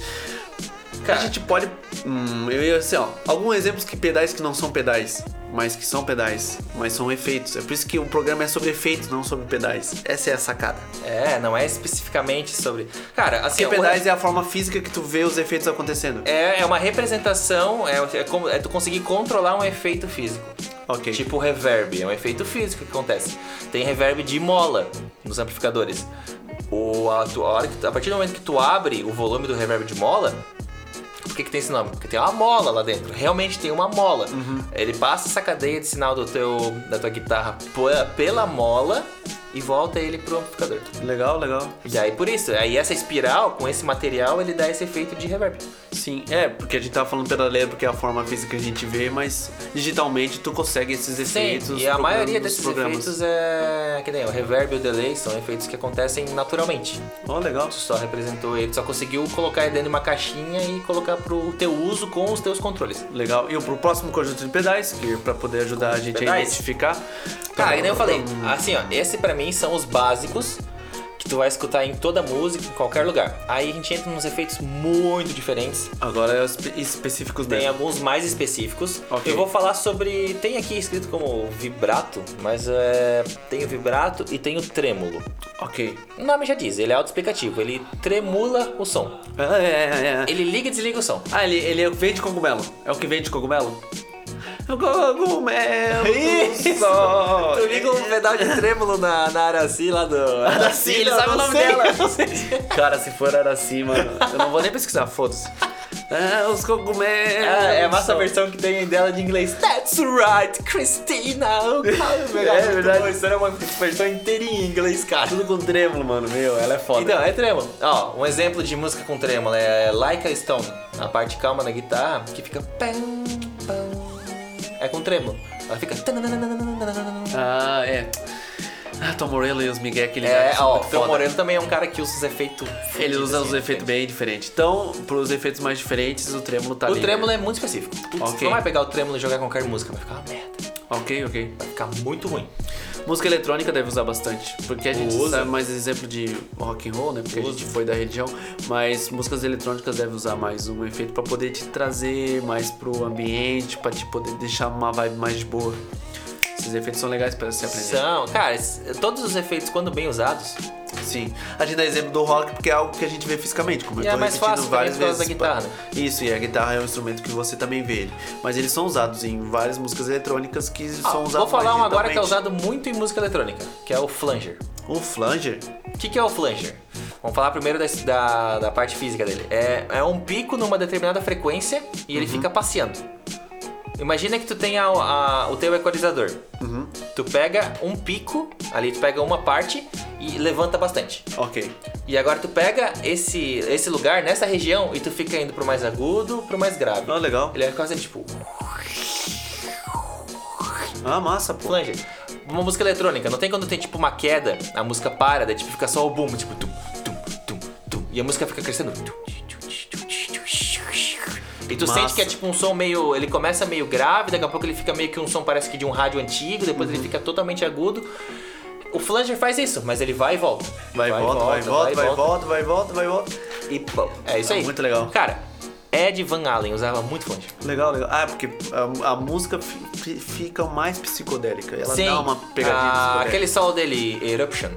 S2: Cara,
S1: a gente pode. Hum, eu ia assim, ó. Alguns exemplos que pedais que não são pedais, mas que são pedais, mas são efeitos. É por isso que o programa é sobre efeitos, não sobre pedais. Essa é a sacada.
S2: É, não é especificamente sobre... Cara, assim...
S1: Porque
S2: ó,
S1: pedais é a forma física que tu vê os efeitos acontecendo.
S2: É, é uma representação, é, é como, é tu conseguir controlar um efeito físico.
S1: Ok.
S2: Tipo reverb, é um efeito físico que acontece. Tem reverb de mola nos amplificadores. O, a, tu- a hora que tu- a partir do momento que tu abre o volume do reverb de mola, por que, que tem esse nome? Porque tem uma mola lá dentro. Realmente tem uma mola. Ele passa essa cadeia de sinal do teu, da tua guitarra p- pela mola e volta ele pro amplificador.
S1: Legal, legal.
S2: E aí por isso, aí essa espiral com esse material ele dá esse efeito de reverb.
S1: Sim, é, porque a gente tava falando pedaleiro porque é a forma física que a gente vê, mas digitalmente tu consegue esses
S2: Sim,
S1: efeitos.
S2: e a
S1: programando
S2: maioria
S1: os
S2: desses
S1: programas.
S2: efeitos é. Que nem o reverb e o delay são efeitos que acontecem naturalmente.
S1: Ó, legal.
S2: Tu só representou ele, só conseguiu colocar ele dentro de uma caixinha e colocar pro teu uso com os teus controles.
S1: Legal. E pro próximo conjunto de pedais, que é pra poder ajudar a gente a
S2: pedais?
S1: identificar. Então,
S2: Cara, que nem eu falei, assim ó, esse pra mim são os básicos que tu vai escutar em toda música, em qualquer lugar. Aí a gente entra nos efeitos muito diferentes.
S1: Agora é os espe- específicos
S2: Tem
S1: mesmo.
S2: alguns mais específicos.
S1: Ok.
S2: Eu vou falar sobre. Tem aqui escrito como vibrato, mas é. Tem o vibrato e tem o trêmulo.
S1: Ok.
S2: O nome já diz, ele é autoexplicativo, ele tremula o som.
S1: É, é, é.
S2: Ele liga e desliga o som.
S1: Ah, ele, ele é o que vende cogumelo. É o que vende cogumelo? O cogumelo.
S2: Isso!
S1: Só.
S2: Tu liga um pedal de trêmulo na, na Araci lá do.
S1: Araci,
S2: ele
S1: não,
S2: sabe o
S1: não
S2: nome
S1: sei,
S2: dela.
S1: não Cara, se for era assim, mano. Eu não vou nem pesquisar, foda-se. Ah, os cogumelos.
S2: Ah, é a massa
S1: Só.
S2: versão que tem dela de inglês. That's right, Christina!
S1: É verdade.
S2: Isso era uma versão inteirinha em inglês, cara.
S1: Tudo com trêmulo, mano. Meu, ela é foda.
S2: Então, é trêmulo. Ó, um exemplo de música com trêmulo é Like a Stone, a parte calma da guitarra que fica. pam, pam. É com trêmulo. Ela fica.
S1: Ah, é. Ah, Tom Morello e os Miguel que ele
S2: É,
S1: acha
S2: ó,
S1: muito
S2: Tom
S1: foda.
S2: Morello também é um cara que usa os efeitos.
S1: Ele
S2: fudidos,
S1: usa
S2: assim,
S1: os efeitos
S2: né?
S1: bem diferentes. Então, pros efeitos mais diferentes, o trêmulo tá
S2: O
S1: ali.
S2: trêmulo é muito específico. Putz,
S1: Ok.
S2: Tu não vai pegar o trêmulo e jogar com qualquer música, vai ficar uma merda.
S1: Ok, ok.
S2: Vai ficar muito ruim.
S1: Música eletrônica deve usar bastante, porque a gente
S2: Usa.
S1: sabe mais exemplo de rock and roll, né? Porque a gente foi da religião, mas músicas eletrônicas deve usar mais um efeito pra poder te trazer mais pro ambiente, pra te poder deixar uma vibe mais de boa. Esses efeitos são legais pra se aprender.
S2: São, cara, es- todos os efeitos, quando bem usados,
S1: Sim. A gente dá exemplo do rock porque é algo que a gente vê fisicamente, como
S2: E
S1: eu
S2: é
S1: tô
S2: mais
S1: repetindo
S2: fácil
S1: várias
S2: também por
S1: vezes.
S2: causa da guitarra, né?
S1: Isso, e a guitarra é um instrumento que você também vê ele. Mas eles são usados em várias músicas eletrônicas que
S2: Ah,
S1: são
S2: vou
S1: usados
S2: falar
S1: mais
S2: um agora que é
S1: digitalmente.
S2: usado muito em música eletrônica, que é o flanger.
S1: O Um flanger?
S2: O que, que é o flanger? Vamos falar primeiro da, da, da parte física dele. É, é um pico numa determinada frequência e ele fica passeando. Imagina que tu tenha a- a- o teu equalizador.
S1: Uhum.
S2: Tu pega um pico, ali tu pega uma parte e levanta bastante.
S1: Ok.
S2: E agora tu pega esse, esse lugar, nessa região, e tu fica indo pro mais agudo, pro mais grave.
S1: Ah, legal.
S2: Ele é quase tipo
S1: Ah, massa, pô.
S2: flanger. Uma música eletrônica, não tem quando tem tipo uma queda, a música para, daí tipo, fica só o boom, tipo tum, tum, tum, tum, e a música fica crescendo. E tu
S1: Massa.
S2: sente que é tipo um som meio. Ele começa meio grave, daqui a pouco ele fica meio que um som parece que de um rádio antigo, depois
S1: Uhum.
S2: ele fica totalmente agudo. O flanger faz isso, mas ele vai e volta.
S1: Vai, e volta, vai, e volta, vai, e volta, vai, e volta, vai, e volta.
S2: E pô, é isso
S1: Ah,
S2: aí.
S1: muito legal.
S2: Cara, Ed Van Allen usava muito flanger.
S1: Legal, legal. Ah, porque a, a música fi- fi- fica mais psicodélica. Ela dá uma pegadinha
S2: ah,
S1: psicodélica.
S2: aquele solo dele, Eruption.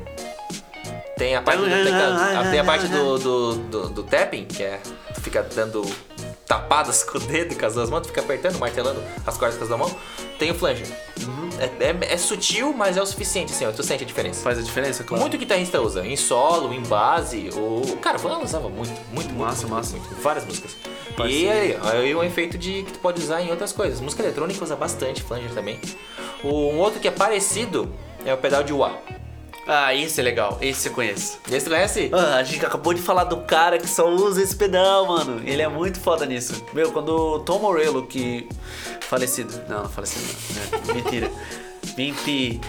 S2: Tem a parte do
S1: Ah,
S2: teclado- a- tem a parte do, do, do- do tapping, que é tu fica dando tapadas [LAUGHS] com o dedo e com as duas mãos, tu fica apertando, martelando as cordas com as duas mãos. Tem o flanger.
S1: Uhum.
S2: É, é- é sutil, mas é o suficiente, assim, ó, tu sente a diferença.
S1: Faz a diferença, claro.
S2: Muito guitarrista usa, em solo, em base, ou. Cara, o Van usava muito, muito, muito.
S1: Massa,
S2: muito,
S1: massa.
S2: muito, várias músicas.
S1: Parece-
S2: E aí, aí é um efeito de que tu pode usar em outras coisas. Música eletrônica usa bastante flanger também. O- Um outro que é parecido é o pedal de wah.
S1: Ah, esse é legal. Esse você conhece.
S2: Esse tu conhece?
S1: Ah, a gente acabou de falar do cara que só usa esse pedal, mano. Ele é muito foda nisso. Meu, quando o Tom Morello, que. Falecido. Não, não falecido não. né? [LAUGHS] Mentira. Menti.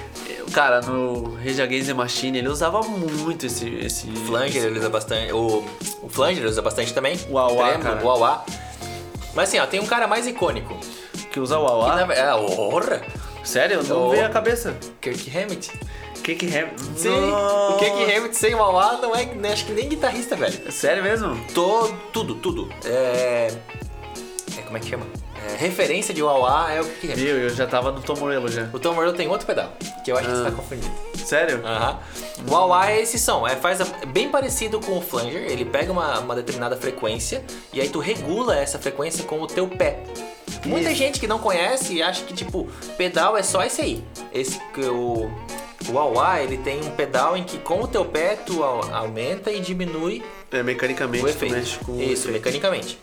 S1: O Cara, no Rage Against the Machine, ele usava muito esse. esse
S2: Flanger ele usa bastante. O, o Flanger ele usa bastante também.
S1: O Auá,
S2: Tremolo,
S1: cara.
S2: O Auá. Mas assim, ó, tem um cara mais icônico. Que
S1: Que usa o Awa.
S2: na- é, horra!
S1: Sério? Não
S2: Oh.
S1: veio a cabeça.
S2: Kirk Hammett.
S1: Kick Ham.
S2: Sim, o Kirk Hammett sem o Auá não é. não é- Acho que nem guitarrista, velho.
S1: É Sério mesmo?
S2: Todo, tudo, tudo. É. é, como é que chama? É, referência de Auá é o Kirk Hammett.
S1: Viu, eu já tava no Tom Morello já.
S2: O Tom Morello tem outro pedal, que eu acho que você
S1: Ah.
S2: tá confundindo.
S1: Sério?
S2: Aham. O wah é esse som, é, faz a- é bem parecido com o flanger, ele pega uma, uma determinada frequência e aí tu regula essa frequência com o teu pé. Muita
S1: Isso.
S2: gente que não conhece acha que tipo, pedal é só esse aí. Esse que o o wah ele tem um pedal em que com o teu pé tu au- aumenta e diminui
S1: É, mecanicamente,
S2: o
S1: tu mexe
S2: efeito.
S1: com o
S2: Isso,
S1: efeito.
S2: mecanicamente.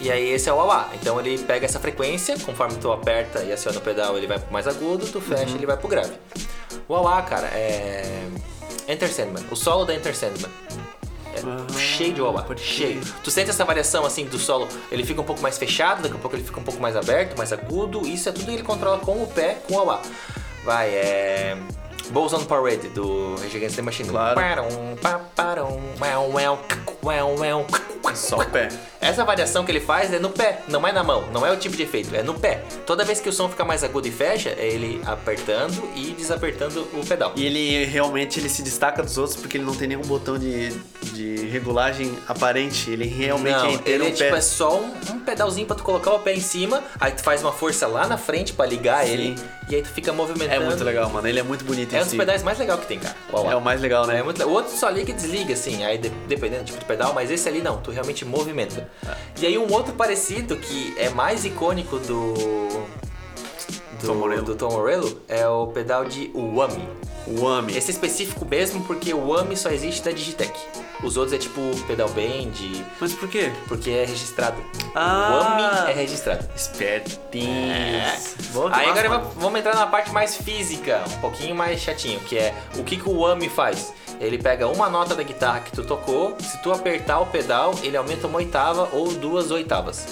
S2: E aí esse é o wah Então ele pega essa frequência, conforme tu aperta e aciona o pedal, ele vai pro mais agudo, tu
S1: Uhum.
S2: fecha, ele vai pro grave. O wah cara, é Enter Sandman, o solo da Enter Sandman. É
S1: Ah,
S2: cheio de wah
S1: pode
S2: cheio.
S1: crer.
S2: Tu sente essa variação assim do solo, ele fica um pouco mais fechado, daqui a pouco ele fica um pouco mais aberto, mais agudo, isso é tudo que ele controla com o pé, com o wah Vai, é Bulls on Parade do Rage Against the Machine.
S1: Claro.
S2: Parum, pa, parum, uéu, uéu, cacu, uéu, uéu, cacu.
S1: Só o pé.
S2: Essa variação que ele faz é no pé, não é na mão, não é o tipo de efeito, é no pé. Toda vez que o som fica mais agudo e fecha, é ele apertando e desapertando o pedal.
S1: E ele realmente ele se destaca dos outros porque ele não tem nenhum botão de, de regulagem aparente. Ele realmente
S2: Não,
S1: é inteiro
S2: ele é
S1: um
S2: tipo,
S1: pé.
S2: é só um, um pedalzinho pra tu colocar o pé em cima, aí tu faz uma força lá na frente pra ligar
S1: Sim.
S2: ele, e aí tu fica movimentando.
S1: É muito legal, mano. Ele é muito bonito
S2: É
S1: em
S2: um dos
S1: si.
S2: pedais mais legais que tem, cara. Uau, uau.
S1: É o mais legal, né?
S2: É muito le- O outro só liga e desliga, assim, aí de- dependendo do tipo de pedal, mas esse ali não, tu realmente movimenta.
S1: É.
S2: E aí um outro parecido que é mais icônico do. do
S1: Tom Morello.
S2: do Tom Morello é o pedal de Whammy.
S1: O Ami.
S2: Esse é específico mesmo porque o Whammy só existe da Digitech. Os outros é tipo pedal bend,
S1: Mas por quê?
S2: porque é registrado.
S1: Ah. É.
S2: O Whammy é registrado.
S1: Espertinho.
S2: Aí agora va- vamos entrar na parte mais física, um pouquinho mais chatinho, que é o que, que o AMI faz? Ele pega uma nota da guitarra que tu tocou, se tu apertar o pedal, ele aumenta uma oitava ou duas oitavas.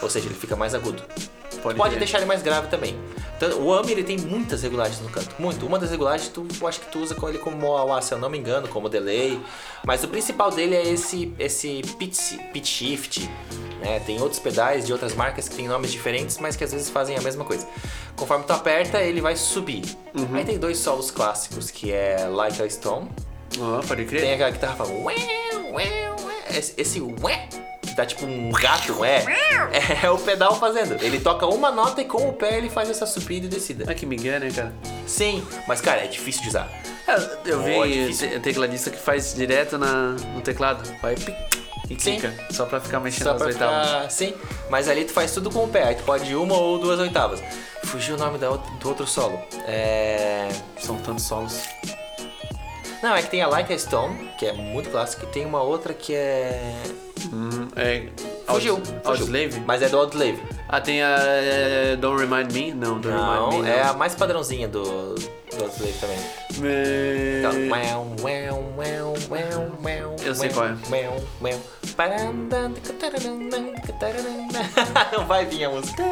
S2: Ou seja, ele fica mais agudo. Pode,
S1: ver.
S2: deixar ele mais grave também. Então, o AMI ele tem muitas regulagens no canto, muito. Uma das regulagens tu eu acho que tu usa com ele como ah, se eu não me engano, como delay. Mas o principal dele é esse esse pitch, pitch shift. né? Tem outros pedais de outras marcas que têm nomes diferentes, mas que às vezes fazem a mesma coisa. Conforme tu aperta, ele vai subir. Aí tem dois solos clássicos, que é Like a Stone.
S1: Ah, pode crer.
S2: Tem aquela guitarra falando... Ué, ué, ué. Esse, esse ué, que dá tipo um gato, ué, é o pedal fazendo. Ele toca uma nota e com o pé ele faz essa subida e descida.
S1: Ah, que migué, né, cara?
S2: Sim, mas cara, é difícil de usar.
S1: É, Eu vi
S2: Ó, difícil.
S1: te- tecladista que faz direto na, no teclado. Vai pic, e
S2: Sim.
S1: clica. Só pra ficar mexendo
S2: Só
S1: nas
S2: pra
S1: oitavas.
S2: ficar... Sim, mas ali tu faz tudo com o pé. Aí tu pode uma ou duas oitavas. Fugiu o nome da outra- do outro solo. É...
S1: São tantos solos.
S2: Não, é que tem a Like a Stone, que é muito clássico, e tem uma outra que é...
S1: Hum, é...
S2: Fugiu.
S1: Aud-
S2: fugiu.
S1: Audioslave?
S2: Mas é do Audlave.
S1: Ah, tem a é, Don't Remind Me? Não, Don't Remind
S2: Não,
S1: Me.
S2: é a mais padrãozinha do, do Audlave também.
S1: É...
S2: Então, uéu, uéu, uéu, uéu, uéu,
S1: Eu sei
S2: uéu,
S1: qual é.
S2: uéu, uéu. Parandã, tacataranã, tacataranã. [LAUGHS] Não vai vir a música.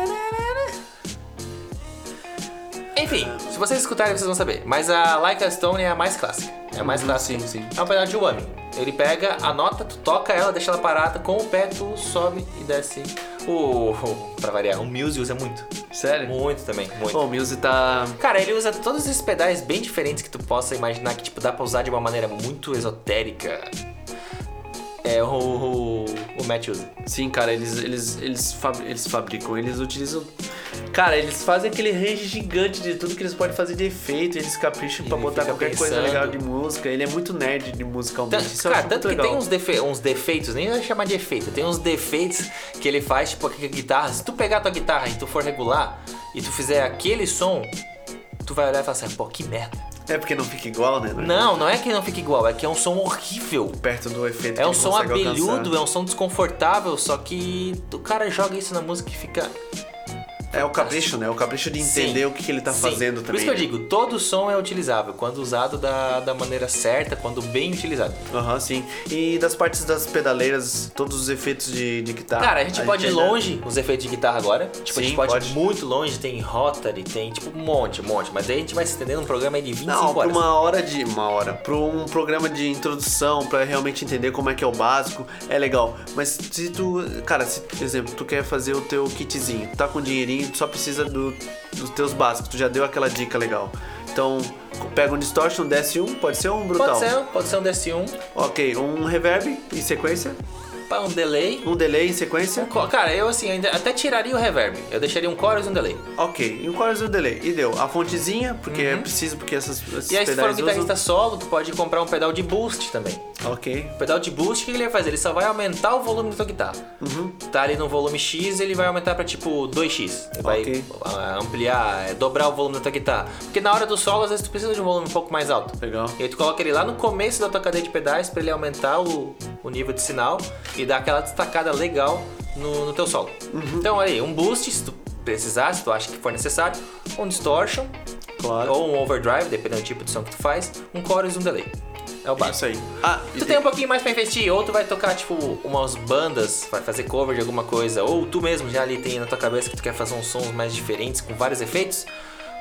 S2: Enfim, se vocês escutarem, vocês vão saber. Mas a Like a Stone é a mais clássica. É a mais
S1: Uhum,
S2: clássica.
S1: sim, sim.
S2: É um pedal de Whammy. Ele pega a nota, tu toca ela, deixa ela parada, com o pé tu sobe e desce. O, [LAUGHS] pra variar, o Muse usa muito.
S1: Sério?
S2: Muito também, muito.
S1: Pô, o Muse tá...
S2: Cara, ele usa todos esses pedais bem diferentes que tu possa imaginar que tipo dá pra usar de uma maneira muito esotérica. É o o, o Matt usa.
S1: Sim, cara, eles, eles, eles, fab- eles fabricam, eles utilizam Cara, eles fazem aquele range gigante de tudo que eles podem fazer de efeito, eles capricham pra
S2: Ele
S1: botar
S2: fica
S1: qualquer coisa
S2: pensando.
S1: legal de música. Ele é muito nerd de musicalmente.
S2: Tanto,
S1: Isso eu
S2: cara,
S1: acho
S2: tanto que
S1: muito legal.
S2: tem uns, defe- uns defeitos, nem vai chamar de efeito, tem uns defeitos que ele faz, tipo, aqui com a guitarra. Se tu pegar a tua guitarra e tu for regular e tu fizer aquele som, tu vai olhar e falar assim, pô, que merda.
S1: É porque não fica igual, né? é
S2: Não, não é que não fica igual, é que é um som horrível.
S1: Perto do efeito que
S2: É um
S1: ele
S2: som
S1: consegue
S2: abelhudo,
S1: alcançar.
S2: é um som desconfortável, só que o cara joga isso na música e fica.
S1: É o capricho, né? O capricho de
S2: um Sim.
S1: entender o que, que ele tá
S2: Sim.
S1: fazendo
S2: Por
S1: também.
S2: isso que eu digo, todo som é utilizável, quando usado da, da maneira certa, quando bem utilizado.
S1: Aham, sim. E das partes das pedaleiras, todos os efeitos de, de guitarra.
S2: Cara, a gente pode ir
S1: ainda-
S2: longe os efeitos de guitarra agora. Tipo, a
S1: é Sim,
S2: gente pode,
S1: pode.
S2: ir muito longe, tem rotary, tem tipo um monte, um monte. Mas daí a gente vai se estendendo um programa aí de 25
S1: Não, pra
S2: horas.
S1: uma hora de. Uma hora. Pra um programa de introdução, pra realmente entender como é que é o básico, é legal. Mas se tu. Cara, se, por exemplo, tu quer fazer o teu kitzinho, tá com dinheirinho, tu só precisa do- dos teus básicos, tu já deu aquela dica legal. Então, pega um distortion, desce um, pode ser um brutal.
S2: Pode ser, pode ser um DS1,
S1: Ok, um reverb em sequência,
S2: pá, um delay.
S1: um delay em sequência.
S2: Um co- Cara, eu assim, ainda até tiraria o reverb. Eu deixaria um chorus e um delay.
S1: Ok, e é o chorus e o delay. E deu. A fontezinha, porque é preciso, porque essas, esses
S2: Uhum. E aí, se for um
S1: pedais
S2: guitarrista solo, tu pode comprar um pedal de boost também.
S1: usam. Ok.
S2: O pedal de boost, o que ele vai fazer? Ele só vai aumentar o volume da tua guitarra.
S1: Uhum.
S2: Tá ali no volume X, ele vai aumentar pra tipo 2X. Ele vai
S1: Ok.
S2: ah, ampliar, eh, dobrar o volume da tua guitarra. Porque na hora do solo, às vezes tu precisa de um volume um pouco mais alto.
S1: Legal.
S2: E aí tu coloca ele lá no começo da tua cadeia de pedais pra ele aumentar o, o nível de sinal e dar aquela destacada legal no, no teu solo.
S1: Uhum.
S2: Então olha aí, um boost, se tu precisar, se tu acha que for necessário, um distortion,
S1: Claro.
S2: ou um overdrive, dependendo do tipo de som que tu faz, um chorus e um delay. É o
S1: É
S2: básico.
S1: Isso aí. Ah, e
S2: Tu tem um pouquinho mais pra investir, ou tu vai tocar, tipo, umas bandas, vai fazer cover de alguma coisa, ou tu mesmo já ali tem na tua cabeça que tu quer fazer uns sons mais diferentes, com vários efeitos,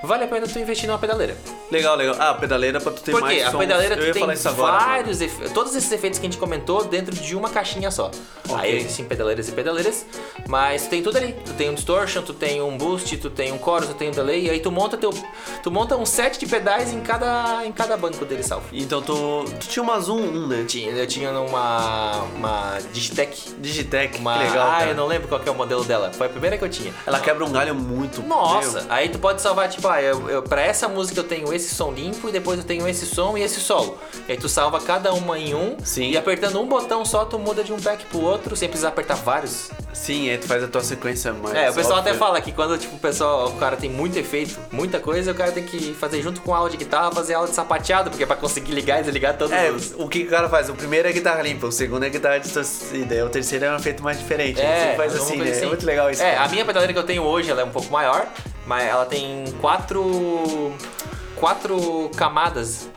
S2: vale a pena tu investir numa pedaleira.
S1: Legal, legal. Ah, a pedaleira pra tu ter
S2: Por quê?
S1: mais
S2: A
S1: sons.
S2: pedaleira
S1: Eu
S2: tu
S1: ia
S2: tem
S1: falar isso agora. mano.
S2: vários efeitos, todos esses efeitos que a gente comentou dentro de uma caixinha só. Aí existem pedaleiras e pedaleiras, mas tu tem tudo ali. Tu tem um distortion, tu tem um boost, tu tem um chorus, tu tem um delay, e aí tu monta teu, tu monta um set de pedais em cada, em cada banco dele salvo.
S1: Então tu, tu tinha uma Zoom 1, né?
S2: Tinha- Eu tinha numa uma Digitech
S1: Digitec,
S2: Uma...
S1: que legal.
S2: ah,
S1: cara.
S2: eu não lembro qual que é o modelo dela. Foi a primeira que eu tinha.
S1: Ela quebra um galho muito.
S2: Nossa,
S1: meu.
S2: aí tu pode salvar, tipo, ah, eu, eu, pra essa música eu tenho esse som limpo e depois eu tenho esse som e esse solo. E aí tu salva cada uma em um
S1: Sim.
S2: e apertando um botão só tu muda de um pack pro outro sem precisar apertar vários.
S1: Sim, é, tu faz a tua sequência mais.
S2: É, o pessoal até
S1: óbvia.
S2: fala que quando tipo, o pessoal, o cara tem muito efeito, muita coisa, o cara tem que fazer junto com a aula de guitarra, fazer aula de sapateado, porque é pra conseguir ligar e desligar todos
S1: É,
S2: os.
S1: o que o cara faz? O primeiro é guitarra limpa, o segundo é guitarra distorcida, o terceiro é um efeito mais diferente. Ele sempre faz
S2: alguma
S1: assim, né?
S2: coisa
S1: É muito legal isso.
S2: É,
S1: cara.
S2: a minha pedaleira que eu tenho hoje, ela é um pouco maior, mas ela tem quatro quatro camadas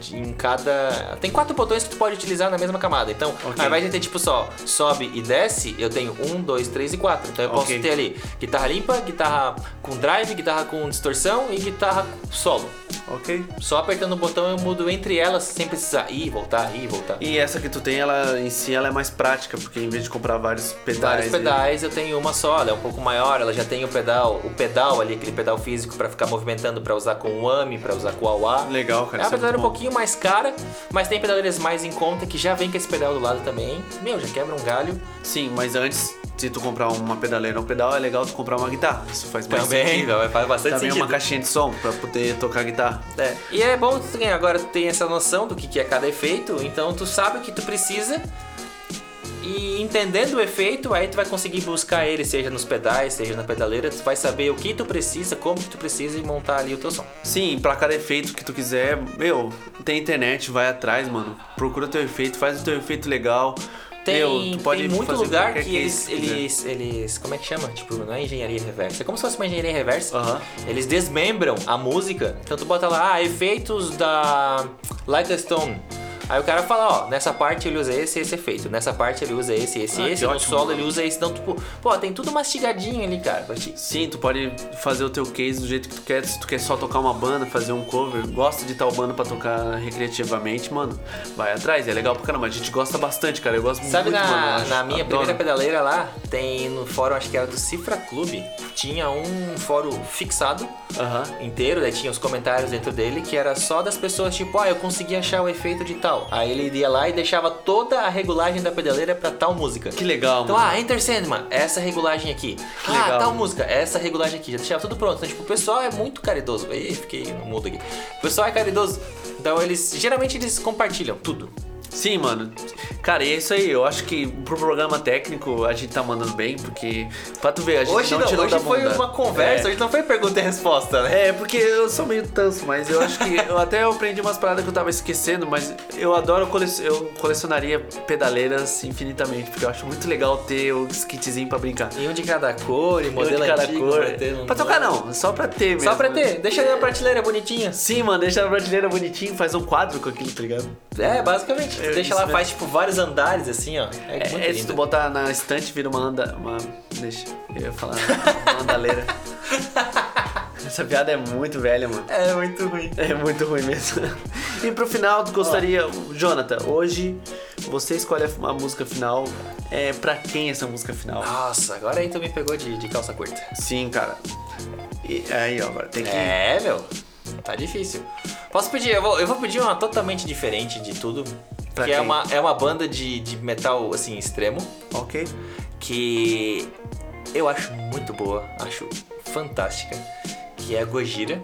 S2: de- em cada. Tem quatro botões que tu pode utilizar na mesma camada. Então,
S1: Ok.
S2: ao invés de ter tipo só sobe e desce, eu tenho um, dois, três e quatro. Então eu posso
S1: Ok.
S2: ter ali guitarra limpa, guitarra com drive, guitarra com distorção e guitarra solo.
S1: Ok.
S2: Só apertando o botão eu mudo entre elas sem precisar ir, voltar, ir, voltar.
S1: E essa que tu tem, ela em si ela é mais prática, porque em vez de comprar vários pedais.
S2: Vários
S1: né?
S2: pedais, eu tenho uma só, ela é um pouco maior, ela já tem o pedal, o pedal ali, aquele pedal físico pra ficar movimentando, pra usar com o AMI, pra usar com o AWA.
S1: Legal, cara.
S2: É uma
S1: isso
S2: pedaleira um
S1: muito bom.
S2: pouquinho mais cara, mas tem pedaleiras mais em conta que já vem com esse pedal do lado também. Meu, já quebra um galho.
S1: Sim, mas antes, se tu comprar uma pedaleira ou um pedal, é legal tu comprar uma guitarra. Isso faz mais
S2: Também, é
S1: sentido.
S2: vai- faz bastante
S1: Também uma
S2: sentido.
S1: caixinha de som pra poder tocar guitarra.
S2: É. E é bom que tu tenha- agora tu tem essa noção do que que é cada efeito, então tu sabe o que tu precisa. E entendendo o efeito, aí tu vai conseguir buscar ele, seja nos pedais, seja na pedaleira, tu vai saber o que tu precisa, como que tu precisa e montar ali o teu som.
S1: Sim, pra cada efeito que tu quiser, meu, tem internet, vai atrás, mano. Procura teu efeito, faz o teu efeito legal.
S2: Tem,
S1: meu, tu pode
S2: tem muito
S1: fazer
S2: lugar
S1: qualquer
S2: que
S1: case
S2: eles,
S1: tu quiser.
S2: eles, eles. Como é que chama? Tipo, não é engenharia reversa. É como se fosse uma engenharia reversa.
S1: Aham.
S2: Eles desmembram a música. Então tu bota lá, ah, efeitos da Like a Stone. Aí o cara fala, ó, nessa parte ele usa esse esse efeito, nessa parte ele usa esse esse
S1: Ah,
S2: esse,
S1: que
S2: no
S1: ótimo.
S2: solo ele usa esse. Então, tipo, pô, tem tudo mastigadinho ali, cara. pra ti.
S1: Sim, tu pode fazer o teu case do jeito que tu quer. Se tu quer só tocar uma banda, fazer um cover, gosta de tal banda pra tocar recreativamente, mano, vai atrás. É legal pra caramba. A gente gosta bastante, cara. Eu gosto
S2: Sabe
S1: muito, mano. eu
S2: na,
S1: acho.
S2: na minha
S1: Adoro.
S2: primeira pedaleira lá, tem no fórum, acho que era do Cifra Clube, tinha um fórum fixado
S1: Aham.
S2: inteiro, daí tinha os comentários dentro dele, que era só das pessoas tipo, ah, eu consegui achar o efeito de tal, tal. Aí ele ia lá e deixava toda a regulagem da pedaleira pra tal música.
S1: Que legal,
S2: Então,
S1: mano.
S2: ah, Enter Sandman, essa regulagem aqui.
S1: Que
S2: ah,
S1: legal.
S2: tal música, essa regulagem aqui. Já deixava tudo pronto. Então, tipo, o pessoal é muito caridoso. Ih, fiquei no mudo aqui. O pessoal é caridoso. Então, eles, geralmente, eles compartilham tudo.
S1: Sim, mano. Cara, e é isso aí. Eu acho que pro programa técnico a gente tá mandando bem, porque pra tu ver, a gente
S2: Hoje não,
S1: não, tirou
S2: hoje
S1: da
S2: foi
S1: bunda.
S2: uma conversa,
S1: É.
S2: hoje não foi pergunta e resposta, né?
S1: É, porque eu sou meio tanso, mas eu acho
S2: [LAUGHS]
S1: que. eu até aprendi umas paradas que eu tava esquecendo, mas eu adoro. cole- Eu colecionaria pedaleiras infinitamente, porque eu acho muito legal ter os kitzinhos pra brincar.
S2: E um de cada cor, e modelo
S1: de cada
S2: antigo,
S1: cor.
S2: pra ter um
S1: Pra tocar não, só pra ter mesmo.
S2: Só pra ter, deixa na prateleira bonitinha.
S1: Sim, mano, deixa a prateleira bonitinho, faz um quadro com aquilo, tá ligado?
S2: É, basicamente.
S1: É,
S2: deixa
S1: isso
S2: lá,
S1: mesmo.
S2: faz tipo vários andares assim, ó. É, muito
S1: É, é, se tu
S2: lindo.
S1: botar na estante, vira uma anda. Uma. Deixa, eu ia falar. Uma
S2: [LAUGHS]
S1: andaleira. Essa piada é muito velha, mano.
S2: É muito ruim.
S1: É muito ruim mesmo. E pro final, tu gostaria. Jonathan, hoje você escolhe a música final. É pra quem essa música final?
S2: Nossa, agora aí tu me pegou de, de calça curta.
S1: Sim, cara. E aí, ó, agora tem que.
S2: É, meu. Tá difícil. Posso pedir? Eu vou, eu vou pedir uma totalmente diferente de tudo.
S1: Pra
S2: que é
S1: quem?
S2: uma, é uma banda de, de metal, assim, extremo.
S1: Ok.
S2: Que eu acho muito boa. Acho fantástica. Que é a Gojira.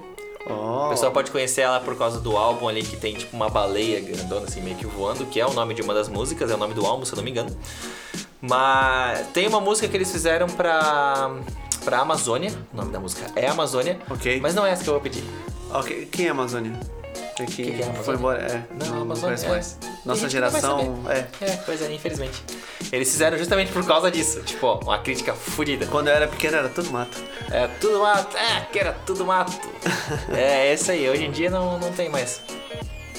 S1: Ó.
S2: O pessoal pode conhecer ela por causa do álbum ali que tem tipo uma baleia grandona assim meio que voando, que é o nome de uma das músicas, é o nome do álbum, se eu não me engano. Mas tem uma música que eles fizeram pra para Amazônia, o nome da música é Amazônia,
S1: Ok.
S2: mas não é essa que eu vou pedir.
S1: Ok, Quem é a Amazônia? É que,
S2: Quem que é a Amazônia?
S1: foi embora. É.
S2: Não, a Amazônia
S1: conhece
S2: é-
S1: mais.
S2: tem
S1: Nossa
S2: gente que não vai
S1: geração. É.
S2: É, pois é, infelizmente. Eles fizeram justamente por causa disso, tipo, ó, uma crítica fodida.
S1: Quando eu era pequeno era tudo mato.
S2: É tudo mato, é, que era tudo [LAUGHS] mato. é, essa aí, hoje em dia não, não tem mais.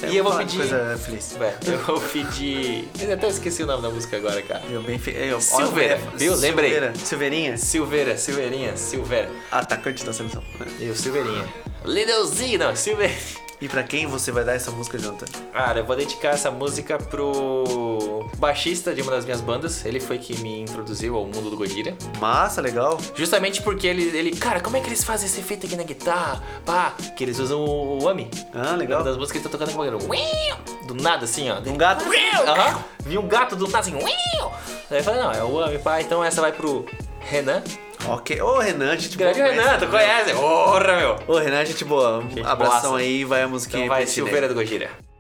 S1: É,
S2: e eu vou
S1: falar de
S2: pedir
S1: Coisa feliz.
S2: Ué, eu vou pedir. Eu até esqueci o nome da música agora, cara.
S1: Eu bem fe... eu,
S2: Silveira,
S1: olha,
S2: viu? Lembrei.
S1: Silveira. Silveirinha?
S2: Silveira, Silveirinha, Silveira.
S1: Atacante da seleção.
S2: Eu, Silveirinha. Lideuzinho, não, Silveira.
S1: E pra quem você vai dar essa música, Jonathan?
S2: Cara, eu vou dedicar essa música pro baixista de uma das minhas bandas. Ele foi que me introduziu ao mundo do Godira.
S1: Massa, legal.
S2: Justamente porque ele, ele. Cara, como é que eles fazem esse efeito aqui na guitarra? Pá, que eles usam o, o AMI.
S1: Ah,
S2: Uma
S1: legal.
S2: das músicas que eu tô tocando com o Do nada, assim, ó.
S1: Um gato.
S2: Aham. Vi um gato do nada assim. uiu. Daí eu falei, não, é o Ami, pá. Então essa vai pro Renan.
S1: Ok. Ô, Renan, gente boa.
S2: Grande Renan, tu
S1: né?
S2: conhece? Porra, meu.
S1: Ô, Renan, gente boa.
S2: Gente
S1: Abração
S2: boaça.
S1: aí, vai a musiquinha.
S2: Então
S1: aí
S2: vai
S1: pra ti, né?
S2: Silveira do Gojira.